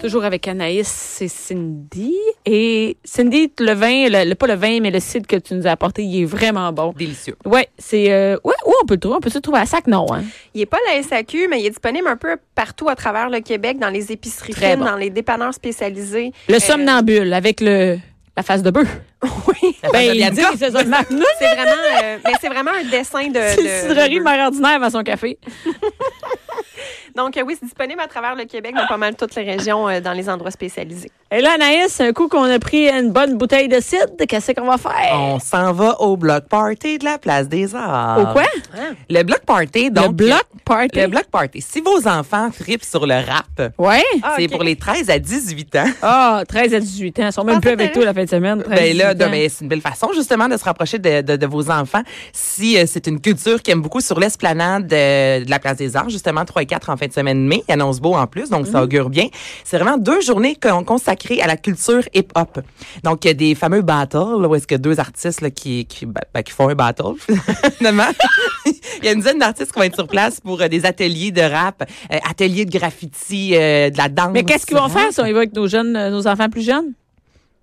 Toujours avec Anaïs et Cindy. Et Cindy, le vin, le, le- pas le vin, mais le cidre que tu nous as apporté, il est vraiment bon. Délicieux. Ouais, c'est. euh, ouais, où on peut le trouver? On peut se trouver à sac, non? Hein? Il n'est pas à la SAQ, mais il est disponible un peu partout à travers le Québec, dans les épiceries Très fines, bon. dans les dépanneurs spécialisés. Le Euh, somnambule avec le. La face de bœuf. Oui. Ben, de il dit, Bianca. c'est ça le magnum. C'est vraiment, euh, mais c'est vraiment un dessin de. Euh, C'est de- une cidrerie mère ordinaire à son café. Donc euh, oui, c'est disponible à travers le Québec, dans pas mal toutes les régions, euh, dans les endroits spécialisés. Et là, Anaïs, un coup qu'on a pris une bonne bouteille de cidre, qu'est-ce qu'on va faire? On s'en va au bloc party de la place des Arts. Euh, Au quoi? Le bloc party, donc. le bloc party. Le bloc party. Si vos enfants fripent sur le rap, Ouais. Ah, c'est ok. pour les 13 à 18 ans. Ah, 13 à 18 ans. Ils sont même Ah, plus ça, avec t'as toi la fin de semaine. 13 Ben là, 18 ans. ben, c'est une belle façon justement de se rapprocher de, de- de vos enfants. Si euh, c'est une culture qui aime beaucoup sur l'esplanade euh, de, la Place des Arts, justement 3 et 4 en fin de semaine de mai, il annonce beau en plus, donc Mhm. ça augure bien. C'est vraiment deux journées con- consacrées à la culture hip-hop. Donc il y a des fameux battles, là, où est-ce que deux artistes là, qui, qui, ben, ben, qui font un battle finalement. il y a une dizaine d'artistes qui vont être sur place pour euh, des ateliers de rap, euh, ateliers de graffiti, euh, de la danse. Mais qu'est-ce qu'ils vont faire si on y va avec nos jeunes, euh, nos enfants plus jeunes?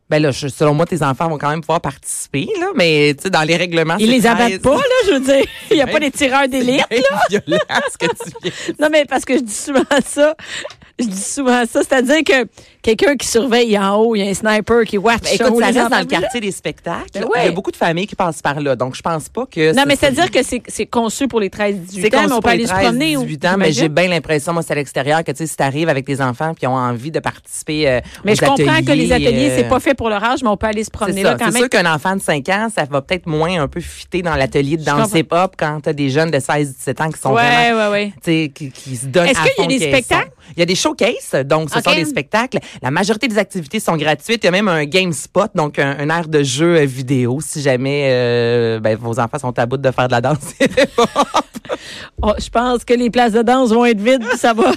Ben là, je- selon moi, tes enfants vont quand même pouvoir participer, là, mais tu sais, dans les règlements. Ils Ah, c'est les abattent 13. pas, là, je veux dire. Il n'y a C'est pas des tireurs d'élite. C'est violent, ce que tu viens. Non, mais parce que je dis souvent ça. Je dis souvent ça. C'est-à-dire que quelqu'un qui surveille en haut, il y a un sniper qui watch. Ben, écoute, Oh, ça les reste dans enfants le plus jeunes. quartier des spectacles. Ben Il y ouais. a beaucoup de familles qui passent par là, donc je pense pas que. Non, ça- mais ça- c'est-à-dire que c'est c'est conçu pour les 13-18 C'est ans, qu'on mais on peut aller se promener. ou- 18 ans, mais j'ai j'imagine. bien l'impression, moi, c'est à l'extérieur, que tu sais, si t'arrives avec tes enfants puis ils ont envie de participer euh, Mais aux je comprends que les ateliers, euh, c'est pas fait pour leur âge, mais on peut aller se promener C'est là ça. quand C'est même. sûr qu'un enfant de 5 ans, ça va peut-être moins un peu fitter dans l'atelier de Je danse comprends. hip-hop quand t'as des jeunes de 16-17 ans qui sont Ouais, vraiment ouais, ouais. tu sais, qui, qui se donnent Est-ce à qu'il y a fond des qu'ils sont. spectacles? Il y a des showcases, donc ce Ok. sont des spectacles. La majorité des activités sont gratuites. Il y a même un game spot, donc un, un air de jeu euh, vidéo, si jamais euh, ben, vos enfants sont à bout de faire de la danse. Oh, je pense que les places de danse vont être vides, puis ça va.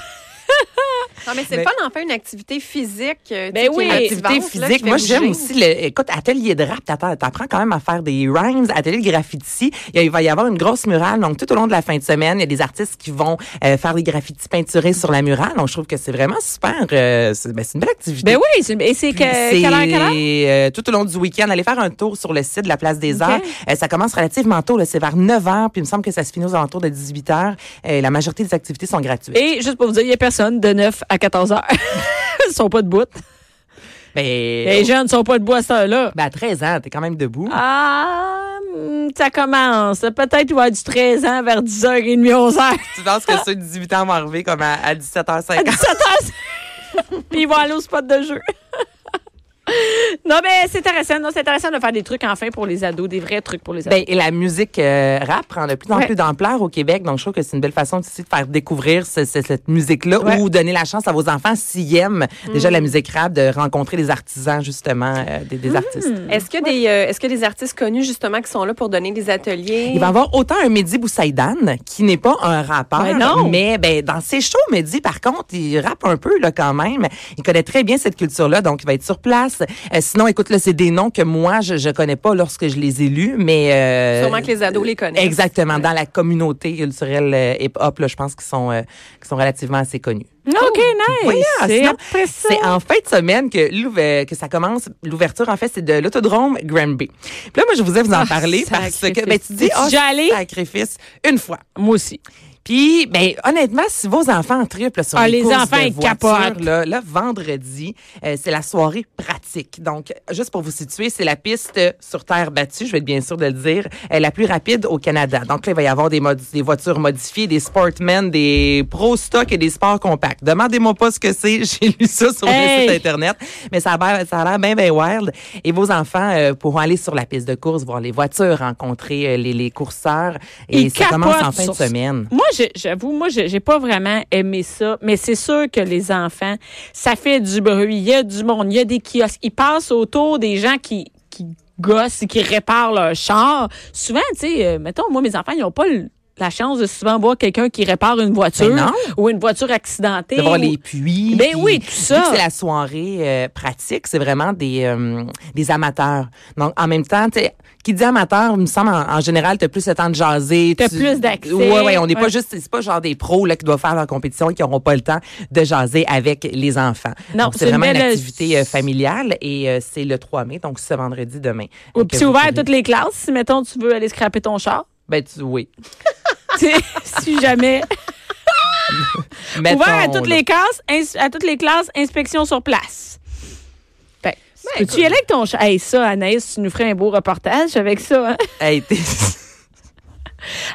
Non, mais c'est Mais- le fun d'en faire une activité physique. euh, tu Ben sais, qui oui. est Activité motivante, là, qui physique. fait Moi, j'aime bouger. aussi le, écoute, atelier de rap, t'attends- t'apprends quand même à faire des rhymes, atelier de graffiti. Il, y a- il va y avoir une grosse murale. Donc, tout au long de la fin de semaine, il y a des artistes qui vont euh, faire des graffitis peinturés sur la murale. Donc, je trouve que c'est vraiment super. euh, c'est ben, c'est une belle activité. Ben oui, c'est- et c'est que- Puis quelle heure, quelle heure? euh, tout au long du week-end. Allez faire un tour sur le site de la Place des Ok. Arts. Euh, ça commence relativement tôt, là, c'est vers 9 h, puis il me semble que ça se finit aux alentours de 18 h. la majorité des activités sont gratuites. Et juste pour vous dire, il n'y a personne de 9 à 14 heures. Ils sont pas de bout. Ben, Les jeunes ne sont pas debout à cette heure-là. ben, à 13 ans, t'es quand même debout. Ah, hum, ça commence. Peut-être avoir du 13 ans vers 10h30, 11h. Tu penses que ceux de 18 ans vont arriver comme à, Ah. 17h50? 17h. Puis ils vont aller au spot de jeu. non, mais c'est intéressant. Non, c'est intéressant de faire des trucs enfin pour les ados, des vrais trucs pour les ados. Ben, et la musique euh, rap prend de plus en Ouais. plus d'ampleur au Québec, donc je trouve que c'est une belle façon aussi de faire découvrir ce- ce- cette musique-là Ouais. Mm. ou donner la chance à vos enfants s'ils aiment déjà la musique rap, de rencontrer des artisans justement, euh, des, des artistes. Est-ce que des euh, est-ce que des artistes connus justement qui sont là pour donner des ateliers Il va y avoir autant un Mehdi Boussaïdan, qui n'est pas un rappeur, Ben non. mais ben, dans ses shows, Mehdi, par contre, il rappe un peu là, quand même. Il connaît très bien cette culture-là, donc il va être sur place. Euh, sinon, écoute, là, c'est des noms que moi, je ne connais pas lorsque je les ai lus, mais... euh, Sûrement que les ados les connaissent. Exactement, dans la communauté culturelle euh, hip-hop, là, je pense qu'ils sont, euh, qu'ils sont relativement assez connus. OK, nice. Voyons, c'est sinon, après ça. C'est en fin de semaine que, l'ouv- euh, que ça commence. L'ouverture, en fait, c'est de l'autodrome Granby. Puis là, moi, je voulais vous en Ah, parler parce sacrifice. que, ben, tu dis, T'es-tu ah, déjà allée? sacrifice, une fois. Moi aussi. Puis, ben, honnêtement, si vos enfants triplent sur Ah, les, les courses enfants, de ils voiture, capotent. là, là, vendredi, euh, c'est la soirée pratique. Donc, juste pour vous situer, c'est la piste sur terre battue, je vais être bien sûr de le dire, euh, la plus rapide au Canada. Donc, là, il va y avoir des, modi- des voitures modifiées, des sportmen, des pro stock et des sports compacts. Demandez-moi pas ce que c'est, j'ai lu ça sur Hey! le site Internet, mais ça a l'air- ça a l'air bien, bien wild. Et vos enfants euh, pourront aller sur la piste de course, voir les voitures, rencontrer euh, les, les courseurs. Et Ils ça commence en capotent fin de sur ça. semaine. Moi, j'ai- j'avoue, moi, j'ai j'ai pas vraiment aimé ça, mais c'est sûr que les enfants, ça fait du bruit, il y a du monde, il y a des kiosques, ils passent autour des gens qui, qui gossent, et qui réparent leur char. Souvent, tu sais, euh, mettons, moi, mes enfants, ils ont pas le la chance de souvent voir quelqu'un qui répare une voiture Ben non. ou une voiture accidentée. de voir ou- les puits. Ben puis oui, tout vu ça. que C'est la soirée euh, pratique, c'est vraiment des euh, des amateurs. Donc en même temps, tu sais, qui dit amateur, il me semble en, en général t'as plus le temps de jaser, T'as tu- plus d'accès. Ouais ouais, on n'est Ouais. pas juste c'est pas genre des pros là qui doivent faire leur compétition et qui n'auront pas le temps de jaser avec les enfants. Non, Donc, c'est c'est vraiment une une, belle- activité euh, familiale et euh, c'est le 3 mai donc ce vendredi demain. Ou Donc, puis c'est vous ouvert à pouvez- toutes les classes. Si, mettons, tu veux aller scraper ton char. Ben tu, oui. Tu sais, si jamais. ouvert à Mettons, toutes là. les classes, ins- à toutes les classes, inspection sur place. Ben, tu écoute. y allais avec ton char. Hey, ça, Anaïs, tu nous ferais un beau reportage avec ça. hein? Hey, t'es-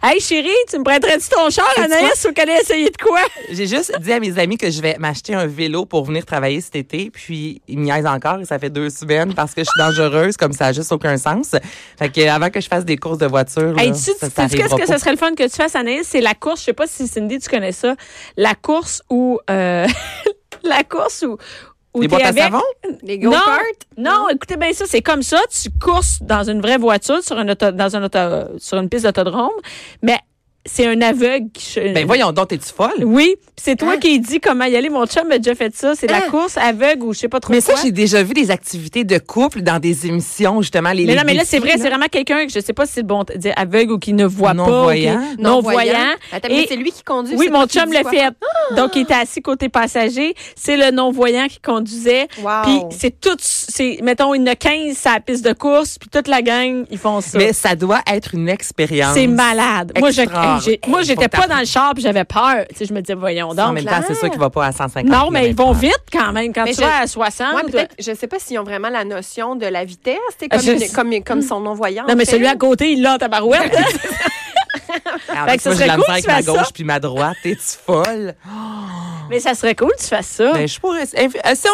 Hey, chérie, tu me prêterais-tu ton char, Anaïs, ou qu'elle ait essayé de quoi? J'ai juste dit à mes amis que je vais m'acheter un vélo pour venir travailler cet été, puis ils me niaisent encore et ça fait deux semaines parce que je suis dangereuse, comme ça n'a juste aucun sens. Fait que avant que je fasse des courses de voiture, Hey, là, tu sais, ça, tu- ça sais-tu qu'est-ce arrivera que pas. ce serait le fun que tu fasses, Anaïs? C'est la course, je sais pas si Cindy, tu connais ça, la course où... euh, la course où... où Des t'es boîtes à avec- savon? Les Non, go-karts? non, écoutez bien ça, c'est comme ça. Tu courses dans une vraie voiture, sur, un auto- dans un auto- sur une piste d'autodrome, mais c'est un aveugle qui... Ben voyons donc, t'es-tu folle? Oui, puis c'est toi Hein? qui dis comment y aller. Mon chum a déjà fait ça. C'est la Hein? course aveugle ou je sais pas trop Mais ça, quoi. j'ai déjà vu des activités de couple dans des émissions, justement. Les, Mais les non, mais là, défis, c'est vrai, c'est vraiment quelqu'un que je sais pas si c'est le bon t- dire aveugle ou qui ne voit pas. ou qui- Non-voyant. Non-voyant. Attends, Et- mais c'est lui qui conduit. Oui, c'est mon toi qui chum dis l'a quoi. fait. Donc, il était assis côté passager. C'est le non-voyant qui conduisait. Puis, Wow. c'est tout, c'est, mettons, il y en a 15 sur la piste de course, puis toute la gang, ils font ça. Mais ça doit être une expérience. c'est malade. Moi, je, hey, extraordinaire. j'ai- moi, Hey, j'étais faut pas t'apprendre. dans le char, puis j'avais peur. Tu sais, je me disais, voyons En donc. même temps, c'est sûr qu'il va pas à 150 Non, mais ils kilomètres vont par heure. vite quand même. Quand Mais tu je- vas à 60. Ouais, peut-être, je sais pas s'ils ont vraiment la notion de la vitesse, t'sais, Ah, comme, je- une- comme, comme son non-voyant. non, mais fait. celui à côté, il l'a en tabarouette. Alors, Fait que ça moi, j'ai serait la cool misère que avec tu ma fasses ça. Ah. gauche puis ma droite. T'es-tu folle? mais ça serait cool que tu fasses ça. Ben, je pourrais. Si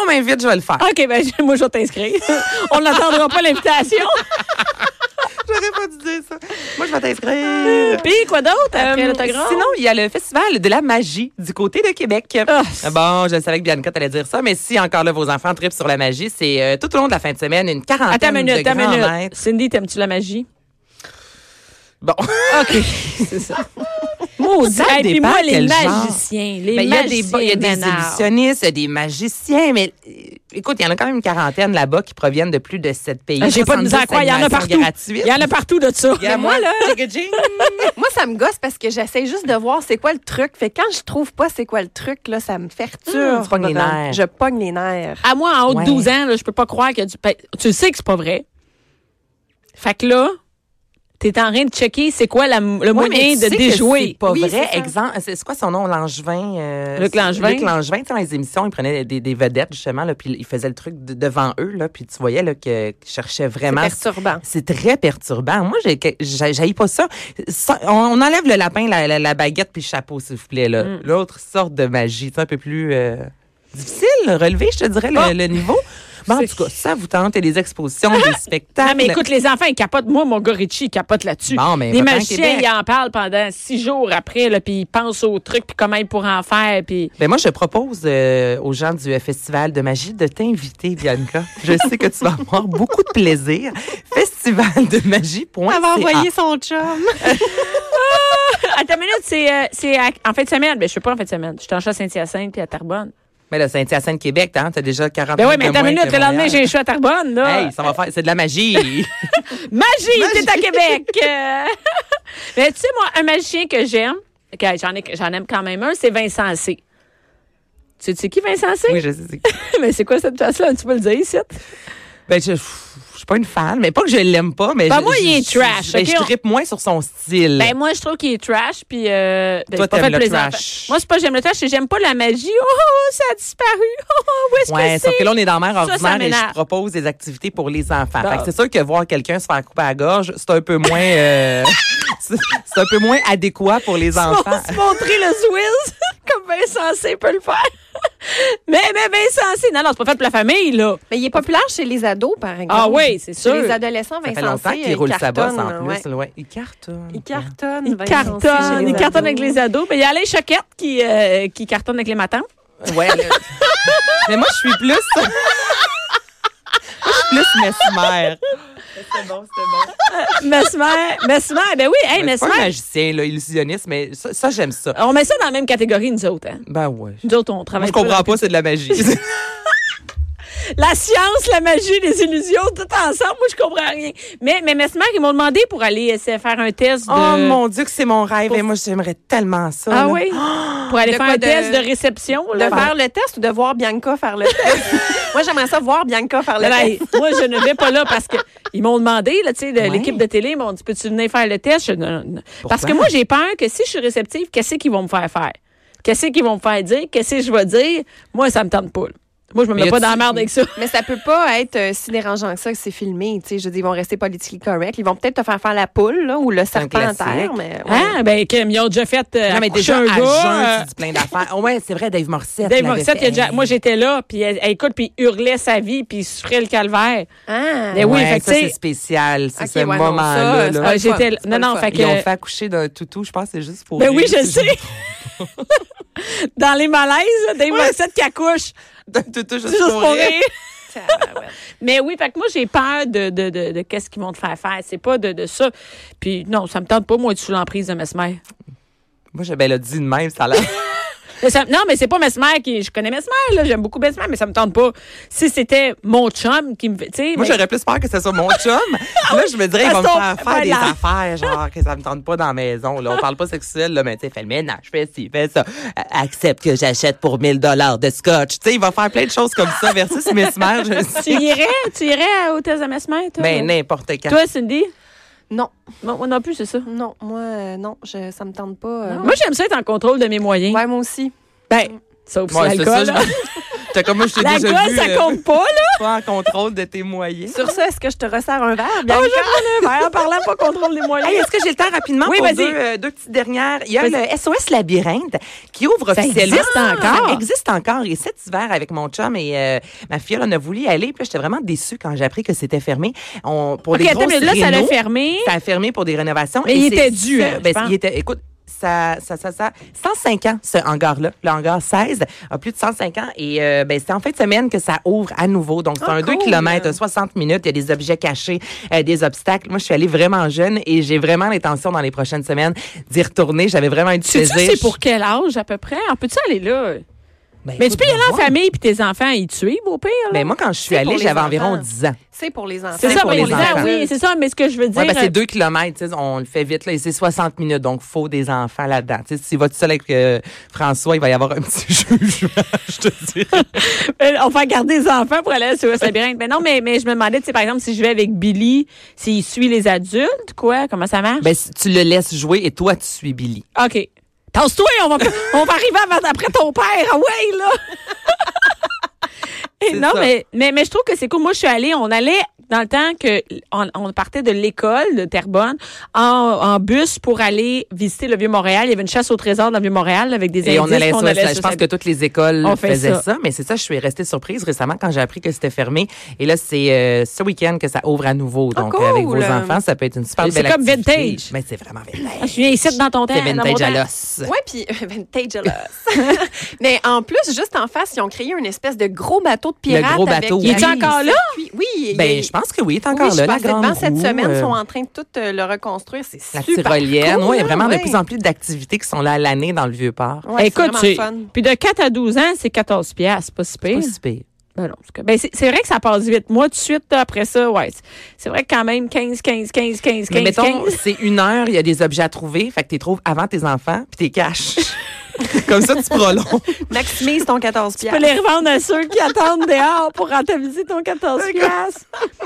on m'invite, je vais le faire. OK, ben, je- moi, je vais t'inscrire. On n'attendra pas l'invitation. J'aurais pas dû dire ça. Moi, je vais t'inscrire. Puis, quoi d'autre après Euh, l'autographe? sinon, il y a le Festival de la magie du côté de Québec. Ah. Bon, je savais que Bianca t'allais dire ça, mais si encore là, vos enfants tripent sur la magie, c'est euh, tout au long de la fin de semaine, une quarantaine Attends une minute, de attends grands une minute. maîtres. Cindy, t'aimes-tu la magie? Bon. OK, c'est ça. Maudit. Ça Hey, puis dépend moi, les quel genre. magiciens, les Ben, Il y a des, magiciens, il y a des Ménard. illusionnistes, il y a des magiciens, mais euh, écoute, il y en a quand même une quarantaine là-bas qui proviennent de plus de sept pays. Ah, J'ai pas de misère à 70 croire, il y en a animations partout. gratuites. Il y en a partout de ça. Il y a Mais moi, là, Jing-a-jing. Moi, ça me gosse parce que j'essaie juste de voir c'est quoi le truc. Fait que quand je trouve pas c'est quoi le truc, là, ça me Hum, ferture. tu pognes les nerfs. Je pogne les nerfs. à moi, en haut de Ouais. 12 ans, là, je peux pas croire qu'il y a du... pa- Tu le sais que c'est pas vrai. Fait que là, t'es en train de checker c'est quoi la- le Oui, mais moyen tu sais de que C'est déjouer. pas Oui, vrai. c'est ça. Exemple, c'est c'est quoi son nom, Langevin? euh, Luc c'est- Langevin. Luc Langevin, tu sais, dans les émissions, il prenait des, des vedettes, justement, là, puis il faisait le truc de- devant eux, là, puis tu voyais là, que- qu'il cherchait C'est vraiment. perturbant. C'est très perturbant. Moi, j'ai- que- j'ai j'haïs pas ça. Ça- on, on enlève le lapin, la, la- la baguette puis le chapeau, s'il vous plaît. là. Mm. L'autre sorte de magie, c'est un peu plus euh, difficile, relevé, je te dirais, le, Ah. le niveau. Bon, en C'est- Ah! tout cas, ça vous tente, et les expositions, des spectacles. Non, mais écoute, les enfants, ils capotent. Moi, mon gars Richie, il capote là-dessus. Bon, mais les va-t'en magiciens, Québec. ils en parlent pendant six jours après, là, puis ils pensent au truc, puis comment ils pourraient en faire, puis... Ben moi, je propose euh, aux gens du euh, Festival de magie de t'inviter, Bianca. Je sais que tu vas avoir beaucoup de plaisir. Festival de magie. son chum. Attends une minute, c'est euh, c'est à- en fin de semaine. Ben, je suis pas en fin de semaine. Je suis en chat Saint-Hyacinthe puis à Tarbonne. Mais là, Saint-Hyacinthe, Québec, hein, t'as déjà 40 Ben oui, minutes mais de attends une moins minute, que le lendemain, Montréal. j'ai un show à Tarbonne, là. Hey, ça va faire, c'est de la magie. Magie, t'es à Québec! Euh, mais tu sais, moi, un magicien que j'aime, que j'en ai- j'en aime quand même un, c'est Vincent C. Tu sais, tu sais qui Vincent C? oui, je sais. c'est- mais c'est quoi cette place-là? Tu peux le dire ici? Ben, je, pff, je suis pas une fan, mais pas que je l'aime pas, mais. Ben, je- moi, il je- est je- trash, ben, ok, on- je trippe moins sur son style. Ben, moi, je trouve qu'il est trash, puis. Euh, ben, Toi, c'est pas t'aimes fait le plaisir. trash. Moi, c'est pas j'aime le trash, c'est j'aime pas la magie. Oh, oh, ça a disparu. Oh, oh, où est-ce Ouais, que c'est? sauf que là, on est dans mère Ça, ça ordinaire et m'énerve. je propose des activités pour les enfants. Bah. Fait que c'est sûr que voir quelqu'un se faire couper à la gorge, c'est un peu moins, euh, c'est c'est un peu moins adéquat pour les enfants. se montrer le Swizz comme Vincent C peut le faire. Mais, mais Vincent C, non, non, c'est pas fait pour la famille, là. Mais il est populaire chez les ados, par exemple. Ah oui, c'est Chez sûr. les adolescents, Ça fait Vincent longtemps C, qu'il roule sa bosse en cartonne, ouais. plus. Ouais. Il cartonne. Il cartonne. Il Vincent C, chez cartonne, les il cartonne ados. avec les ados. Mais il y a Alain Choquette qui, euh, qui cartonne avec les matins. Ouais. là. mais moi, je suis plus. moi, je suis plus mesmer. C'était bon, c'était bon. Mesmer, Mesmer, ben oui, hey, Mais c'est pas un Mesmer. magicien, là, illusionniste, mais ça, ça, j'aime ça. On met ça dans la même catégorie, nous autres. Hein. Ben ouais. Nous autres, on Moi, travaille je pas comprends pas, c'est de la magie. La science, la magie, les illusions, tout ensemble. Moi, je comprends rien. Mais, mais Mesmer, ils m'ont demandé pour aller euh, se faire un test de. Oh mon Dieu, que c'est mon rêve. Et moi, j'aimerais tellement ça. Ah là. oui? Pour aller De faire quoi un de- test de réception. De là. faire le test ou de voir Bianca faire le test? Moi, j'aimerais ça voir Bianca faire le Ben, test. ben, moi, je ne vais pas là parce que ils m'ont demandé, là, tu sais, de- Ouais. l'équipe de télé, ils m'ont dit, peux-tu venir faire le test? Je dis, Non, non, non. Parce que moi, j'ai peur que si je suis réceptive, qu'est-ce qu'ils vont me faire faire? Qu'est-ce qu'ils vont me faire dire? Qu'est-ce que je vais dire? Moi, ça me tente pas. là. Moi, je me Mais mets pas y a-tu- dans la merde avec ça. Mais ça peut pas être euh, si dérangeant que ça que c'est filmé. Tu sais, je dis, ils vont rester politiquement correct. Ils vont peut-être te faire faire la poule là, ou le un serpent en terre. classique. Mais, ouais. Hein? Ben, Kim, ils ont déjà fait. euh, Non, mais accoucher déjà, un à gars, jeun, euh, tu dis plein d'affaires. Oh, ouais, c'est vrai, Dave Morissette. Dave l'avait Morissette, il a fait. déjà- moi j'étais là, puis elle, elle écoute, puis il hurlait sa vie, puis il souffrait le calvaire. Ah. Mais Eh oui, Ouais, fait que ça, tu sais- c'est spécial. C'est Ok, ce ouais, non, moment-là. ça, là. c'est Ah, pas le j'étais fun, là- c'est pas non, le non, fun. fait Ils ont que- fait accoucher d'un toutou, je pense, que c'est juste pour. Ben oui, rire, je c'est le juste sais. Dans les malaises, Dave Morissette qui accouche, D'un toutou juste, juste pour pour rire. rire. Ah, Mais oui, fait que moi, j'ai peur de, de, de, de qu'est-ce qu'ils vont te faire faire. C'est pas de, de ça. Puis non, ça me tente pas, moi, être sous l'emprise de Mesmer. Moi, j'avais le dit de même, ça a l'air. Mais ça- non, mais c'est pas Mesmer qui. Je connais Mesmer, là. J'aime beaucoup Mesmer, mais ça me tente pas. Si c'était mon chum qui me. fait- Tu sais, Moi, mais- Ah j'aurais plus peur que ce soit mon chum. là, je me dirais, il va me Parce faire qu'on- faire des voilà. affaires, genre, que ça me tente pas dans la maison. Là, on parle pas sexuel, là, mais tu sais, fais le ménage, fais ci, fais ça. A- Accepte que j'achète pour 1000 de scotch. Tu sais, il va faire plein de choses comme ça versus Mesmer, tu je sais. irais, tu irais au test de Mesmer, toi? Mais Ben, n'importe quand. Toi, Cindy? Non, Moi, moi non plus, c'est ça. non, moi, euh, non, je, ça me tente pas. euh. Moi, j'aime ça être en contrôle de mes moyens. Ouais, moi aussi. Ben, sauf si Ouais, c'est hein? l'alcool. ça, là. je- T'as comme moi, je t'ai déjà vu. L'alcool, ça euh, compte pas, là. Pas en contrôle de tes moyens. Sur ça, est-ce que je te resserre un verre? Ben, Ah, Bianca? je vais prendre un verre en parlant pas contrôle des moyens. Hey, Est-ce que j'ai le temps rapidement Oui, pour vas-y. deux, euh, deux petites dernières? Il y a Vas-y. le SOS Labyrinthe qui ouvre Ça officiellement. existe encore? Ça existe encore. Et cet hiver, avec mon chum et euh, ma fille, on a voulu y aller. Puis là, j'étais vraiment déçue quand j'ai appris que c'était fermé. On, pour OK, les attends, grosses mais là, ça l'a rénos, fermé. Ça a fermé pour des rénovations. Mais Et il c'est était dû, ça- hein, je ben, pense. il était, écoute, ça, ça, ça, ça, 105 ans, ce hangar-là, le hangar 16, a plus de 105 ans. Et euh, ben, c'est en fin de semaine que ça ouvre à nouveau. Donc, c'est Oh, Ah, un 2 cool. km, 60 minutes. Il y a des objets cachés, euh, des obstacles. Moi, je suis allée vraiment jeune et j'ai vraiment l'intention dans les prochaines semaines d'y retourner. J'avais vraiment eu du Tu plaisir. sais, c'est pour quel âge à peu près? On peut-tu aller là? Ben, Mais tu écoute, peux y aller en voir. famille puis tes enfants y tuer, beau pire. là. Ben, moi, quand je suis C'est pour allée, les j'avais environ enfants. 10 ans. C'est pour les enfants. c'est ça, pour mais les les enfants. enfants, oui, c'est ça. Mais ce que je veux dire. Ouais, ben, c'est euh, 2 km, on le fait vite, là, et c'est 60 minutes, donc faut des enfants là-dedans. Tu sais, Si tu vas tout seul avec euh, François, il va y avoir un petit jugement, je te dis. Euh, On va garder les enfants pour aller sur le labyrinthe. Mais non, mais, mais je me demandais, tu sais, par exemple, si je vais avec Billy, s'il suit les adultes, quoi, comment ça marche? Ben, si tu le laisses jouer et toi, tu suis Billy. OK. Tasse-toi, on va, on va arriver avant, après ton père. Ah ouais, là! Et C'est non, ça. mais, mais, mais je trouve que c'est cool. Moi, je suis allée, on allait dans le temps que on, on partait de l'école de Terrebonne en, en bus pour aller visiter le Vieux-Montréal. Il y avait une chasse au trésor dans le Vieux-Montréal avec des Et on indices. allait, qu'on SOS. allait je sur pense sa- que toutes les écoles On fait faisaient ça. ça. mais c'est ça, je suis restée surprise récemment quand j'ai appris que c'était fermé. Et là, c'est euh, ce week-end que ça ouvre à nouveau. Ah, Donc, euh, avec cool. vos enfants, ça peut être une super C'est belle comme activité. vintage. Mais c'est vraiment vintage. Ah, je viens ici dans ton temps. C'est dans mon vintage temps. à l'os. Ouais, puis vintage jealous. Mais en plus, juste en face, ils ont créé une espèce de gros bateau de pirates. gros avec- bateau, Il est-tu Oui, encore là? Puis- oui, il- Ben, il- je pense que oui, il est encore oui, je là. La passais grande devant cette roue, semaine, ils euh, sont en train de tout euh, le reconstruire. C'est La super tyrolienne. cool, oui, il y a vraiment hein, de plus en plus d'activités qui sont là à l'année dans le vieux port. Ouais, c'est Écoute, vraiment c'est- fun. puis de 4 à 12 ans, c'est 14 piastres, pas si pire. Pas si pire. Ben non, c'est que- ben, c'est- c'est vrai que ça passe vite. Moi, tout de suite, là, après ça, ouais. c'est- C'est vrai que quand même, 15, 15, 15, 15, 15, Mais mettons, 15. c'est une heure, il y a des objets à trouver. Fait que tu les trouves avant tes enfants, puis t'es caches. Comme ça, tu prolonges. Maximise ton 14 Tu peux piastres. les revendre à ceux qui attendent dehors pour rentabiliser ton 14 piastres.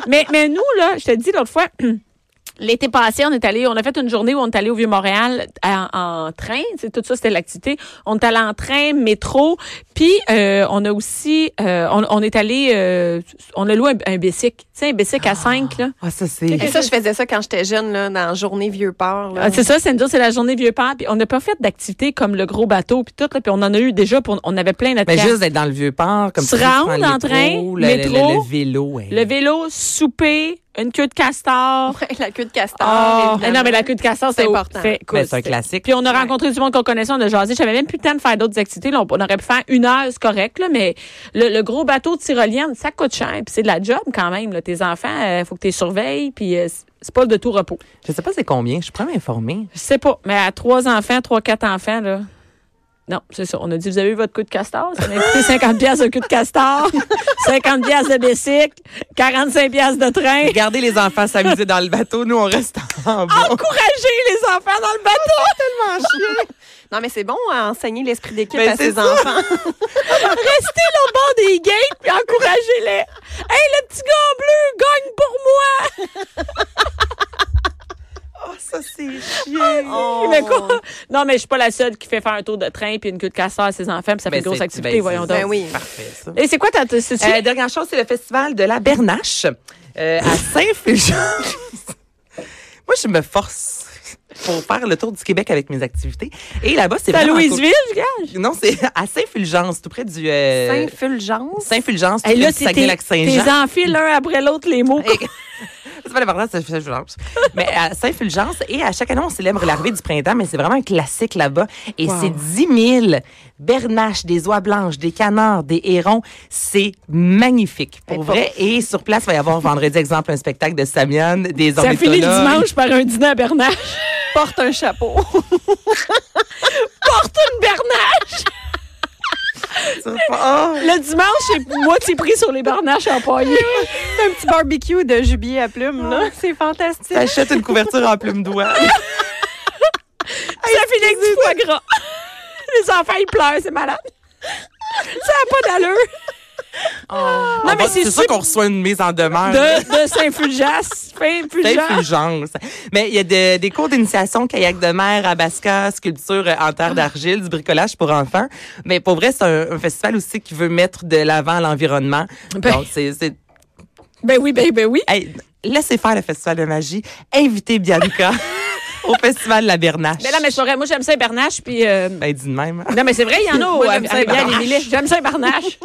mais, mais nous, là, je te dis l'autre fois, l'été passé, on est allé, on a fait une journée où on est allé au Vieux-Montréal en, en train. tu sais, Tout ça, c'était l'activité. On est allé en train, métro. Puis, euh, on a aussi, euh, on, on est allé, euh, on a loué un, un bicycle. Tu sais, un bicycle à 5, là. Ah, ça, c'est. Et ça, je faisais ça quand j'étais jeune, là, dans Journée Vieux Port. Ah, c'est ça, c'est c'est la journée vieux père. Puis on n'a pas fait d'activités comme le gros bateau puis tout là. Puis on en a eu déjà. Pour, on avait plein notre Mais carte. juste d'être dans le vieux port, comme Se ça, tu prends rendre le en train, métro, le, le- métro, le vélo. ouais. le vélo, souper, une queue de castor. la queue de castor. Oh. Ah évidemment. non, mais la queue de castor, C'est c'est au- important. c'est- Mais écoute, Ben, c'est un classique. Puis on a rencontré du monde qu'on connaissait, on a jasé. J'avais même plus le temps de faire d'autres activités. là. on, on aurait pu faire une heure, c'est correct, là, mais le, le gros bateau de tyrolienne, ça coûte cher. Puis c'est de la job quand même. Là. Tes enfants, il faut que tu les surveilles. Puis euh, c'est- c'est pas de tout repos. Je sais pas c'est combien. Je pourrais m'informer. Je sais pas, mais à trois enfants, trois, quatre enfants, là. Non, c'est ça. On a dit, vous avez eu votre coup de castor? Ça m'a coûté 50 piastres de coup de castor, 50 piastres de bicycle, 45 piastres de train. Regardez les enfants s'amuser dans le bateau. Nous, on reste en Ah, bas. Encouragez les enfants dans le bateau! Non, mais c'est bon à enseigner l'esprit d'équipe Ben, à c'est ses ça. enfants. Restez là au bord des gates puis encouragez-les. Hey, le petit gars en bleu, gagne pour moi! Ah, ça, c'est chiant. Mais quoi? Non, mais je suis pas la seule qui fait faire un tour de train puis une queue de castor à ses enfants puis ça fait Ben, une grosse c'est- activité, ben, voyons c'est- donc. Ben oui. Parfait, ça. Et c'est quoi ta. ta- c'est-tu- Euh, dernière chose, c'est le festival de la Bernache euh, à Saint-Fulgence. Moi, je me force pour faire le tour du Québec avec mes activités. Et là-bas, c'est c'est à vraiment Louisville, je gage? cool. Non, c'est à Saint-Fulgence, tout près du euh, Saint-Fulgence. Saint-Fulgence, tout Hey, près là, du c'est tes, Saguenay-Lac-Saint-Jean. tes enfiles l'un après l'autre les mots. Et- C'est pas l'important, c'est Saint-Fulgence. Mais à Saint-Fulgence, et à chaque année, on célèbre l'arrivée du printemps, mais c'est vraiment un classique là-bas. Et c'est 10 000 bernaches, des oies blanches, des canards, des hérons. C'est magnifique, pour Et vrai. Et sur place, il va y avoir vendredi, exemple, un spectacle de Samian, des Ça finit le ornithologues. dimanche par un dîner à Bernache. Porte un chapeau. Porte une Bernache! Oh! Le dimanche, c'est moitié prix sur les Bernaches empaillées. C'est un petit barbecue de jubilé à plumes, là. C'est fantastique. T'achètes une couverture en plume d'oie. ça finit avec du foie gras. Les enfants, ils pleurent, c'est malade. Ça n'a pas d'allure. Oh. On mais va- c'est c'est sûr sup- qu'on reçoit une mise en demeure. là. De, de Saint-Fulgence. Saint-Fulgence. Saint-Fulgence. Mais il y a de- des cours d'initiation, kayak de mer, abasca, sculpture euh, en Ah. terre d'argile, du bricolage pour enfants. Mais pour vrai, c'est un, un festival aussi qui veut mettre de l'avant l'environnement. Ben- Donc, c'est... c'est- Ben oui, ben, ben oui. hey, laissez faire le festival de magie. Invitez Bianca au festival de la Bernache. Mais Ben là, mais c'est pas vrai. Moi, j'aime Saint-Bernache, puis. euh, Ben, dis de même. Non, mais c'est vrai, il y en a. Moi, au- j'aime à- à- bien, Saint-Barnache. les Millets. J'aime Saint-Bernache.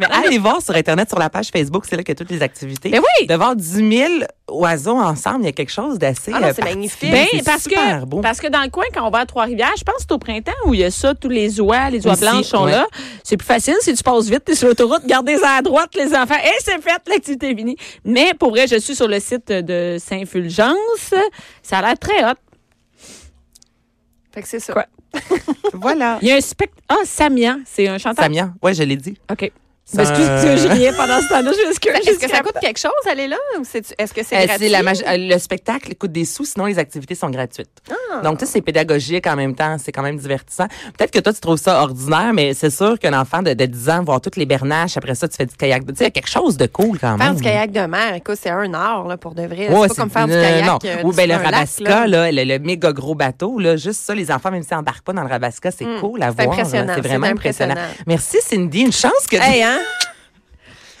Mais allez voir sur Internet, sur la page Facebook, c'est là qu'il y a toutes les activités. Ben oui! De voir 10 000 oiseaux ensemble, il y a quelque chose d'assez... Ah non, euh, c'est magnifique. particulier. Ben, C'est parce super que beau. parce que dans le coin, quand on va à Trois-Rivières, je pense que c'est au printemps où il y a ça, tous les oies, les oies Aussi, blanches sont ouais. là. C'est plus facile si tu passes vite, t'es sur l'autoroute, gardez à droite, les enfants. Et c'est fait, l'activité est finie. Mais pour vrai, je suis sur le site de Saint-Fulgence. Ça a l'air très hot. Fait que c'est ça. Quoi? Voilà. Il y a un spectre. Ah, Samian, c'est un chanteur. Samia, ouais, je l'ai dit. OK. Ben, Ça- Ben, Excuse, excuse, je riais pendant ce temps-là. Je m'excuse. Ben, Est-ce que ça coûte quelque chose aller là ou c'est est-ce que c'est Euh, gratuit c'est la maj- euh, le spectacle coûte des sous, sinon les activités sont gratuites. Ah. Donc, tu sais, c'est pédagogique en même temps, c'est quand même divertissant. Peut-être que toi, tu trouves ça ordinaire, mais c'est sûr qu'un enfant de, de 10 ans, voir toutes les bernaches, après ça, tu fais du kayak. Tu sais, il y a quelque chose de cool quand Faire même. du kayak de mer, écoute, c'est un art là, pour de vrai. Ouais, c'est pas comme faire du euh, kayak. non. euh, sur Ou bien le un lac, Rabaska, là, le, le méga gros bateau, là, juste ça, les enfants, même s'ils n'embarquent pas dans le Rabaska, c'est cool à Hmm. c'est voir. impressionnant, C'est c'est vraiment impressionnant. impressionnant. Merci, Cindy. Une chance que Hey, hein?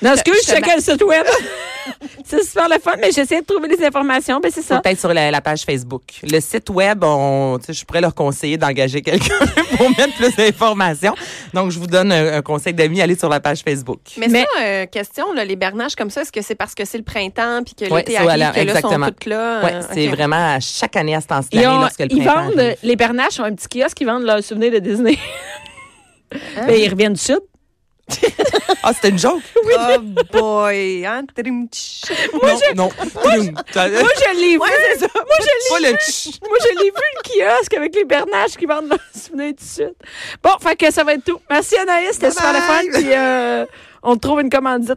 Non, excuse, Ben, je Je te checkais le site web. c'est super le fun, mais j'essaie de trouver des informations. Ben, c'est ça. peut-être sur la, la page Facebook. Le site web, on, tu sais, je pourrais leur conseiller d'engager quelqu'un pour mettre plus d'informations. Donc, je vous donne un, un conseil d'amis, allez sur la page Facebook. Mais, Mais- ça, euh, question, là, les bernages comme ça, est-ce que c'est parce que c'est le printemps puis que Ouais, l'été ça, arrive, voilà, que là, exactement. sont toutes là? Ouais, euh, c'est ok. vraiment à chaque année à ce temps-ci de Ah, Ils, l'année ont- lorsque le ils printemps vendent, arrive. les Bernaches ont un petit kiosque qui vendent leurs souvenirs de Disney. Ben, ils reviennent du sud. Ah, c'était une joke? Oh boy! Hein? Trim, tch. non, non. T'as- Moi, je l'ai vu. Moi, je Pas l'ai le vu. tch. Moi, je l'ai vu, le kiosque avec les Bernaches qui vendent leurs souvenirs du sud. Bon, fait que ça va être tout. Merci, Anaïs. C'était Bye super le fun. bye. Puis, euh, on te trouve une commandite.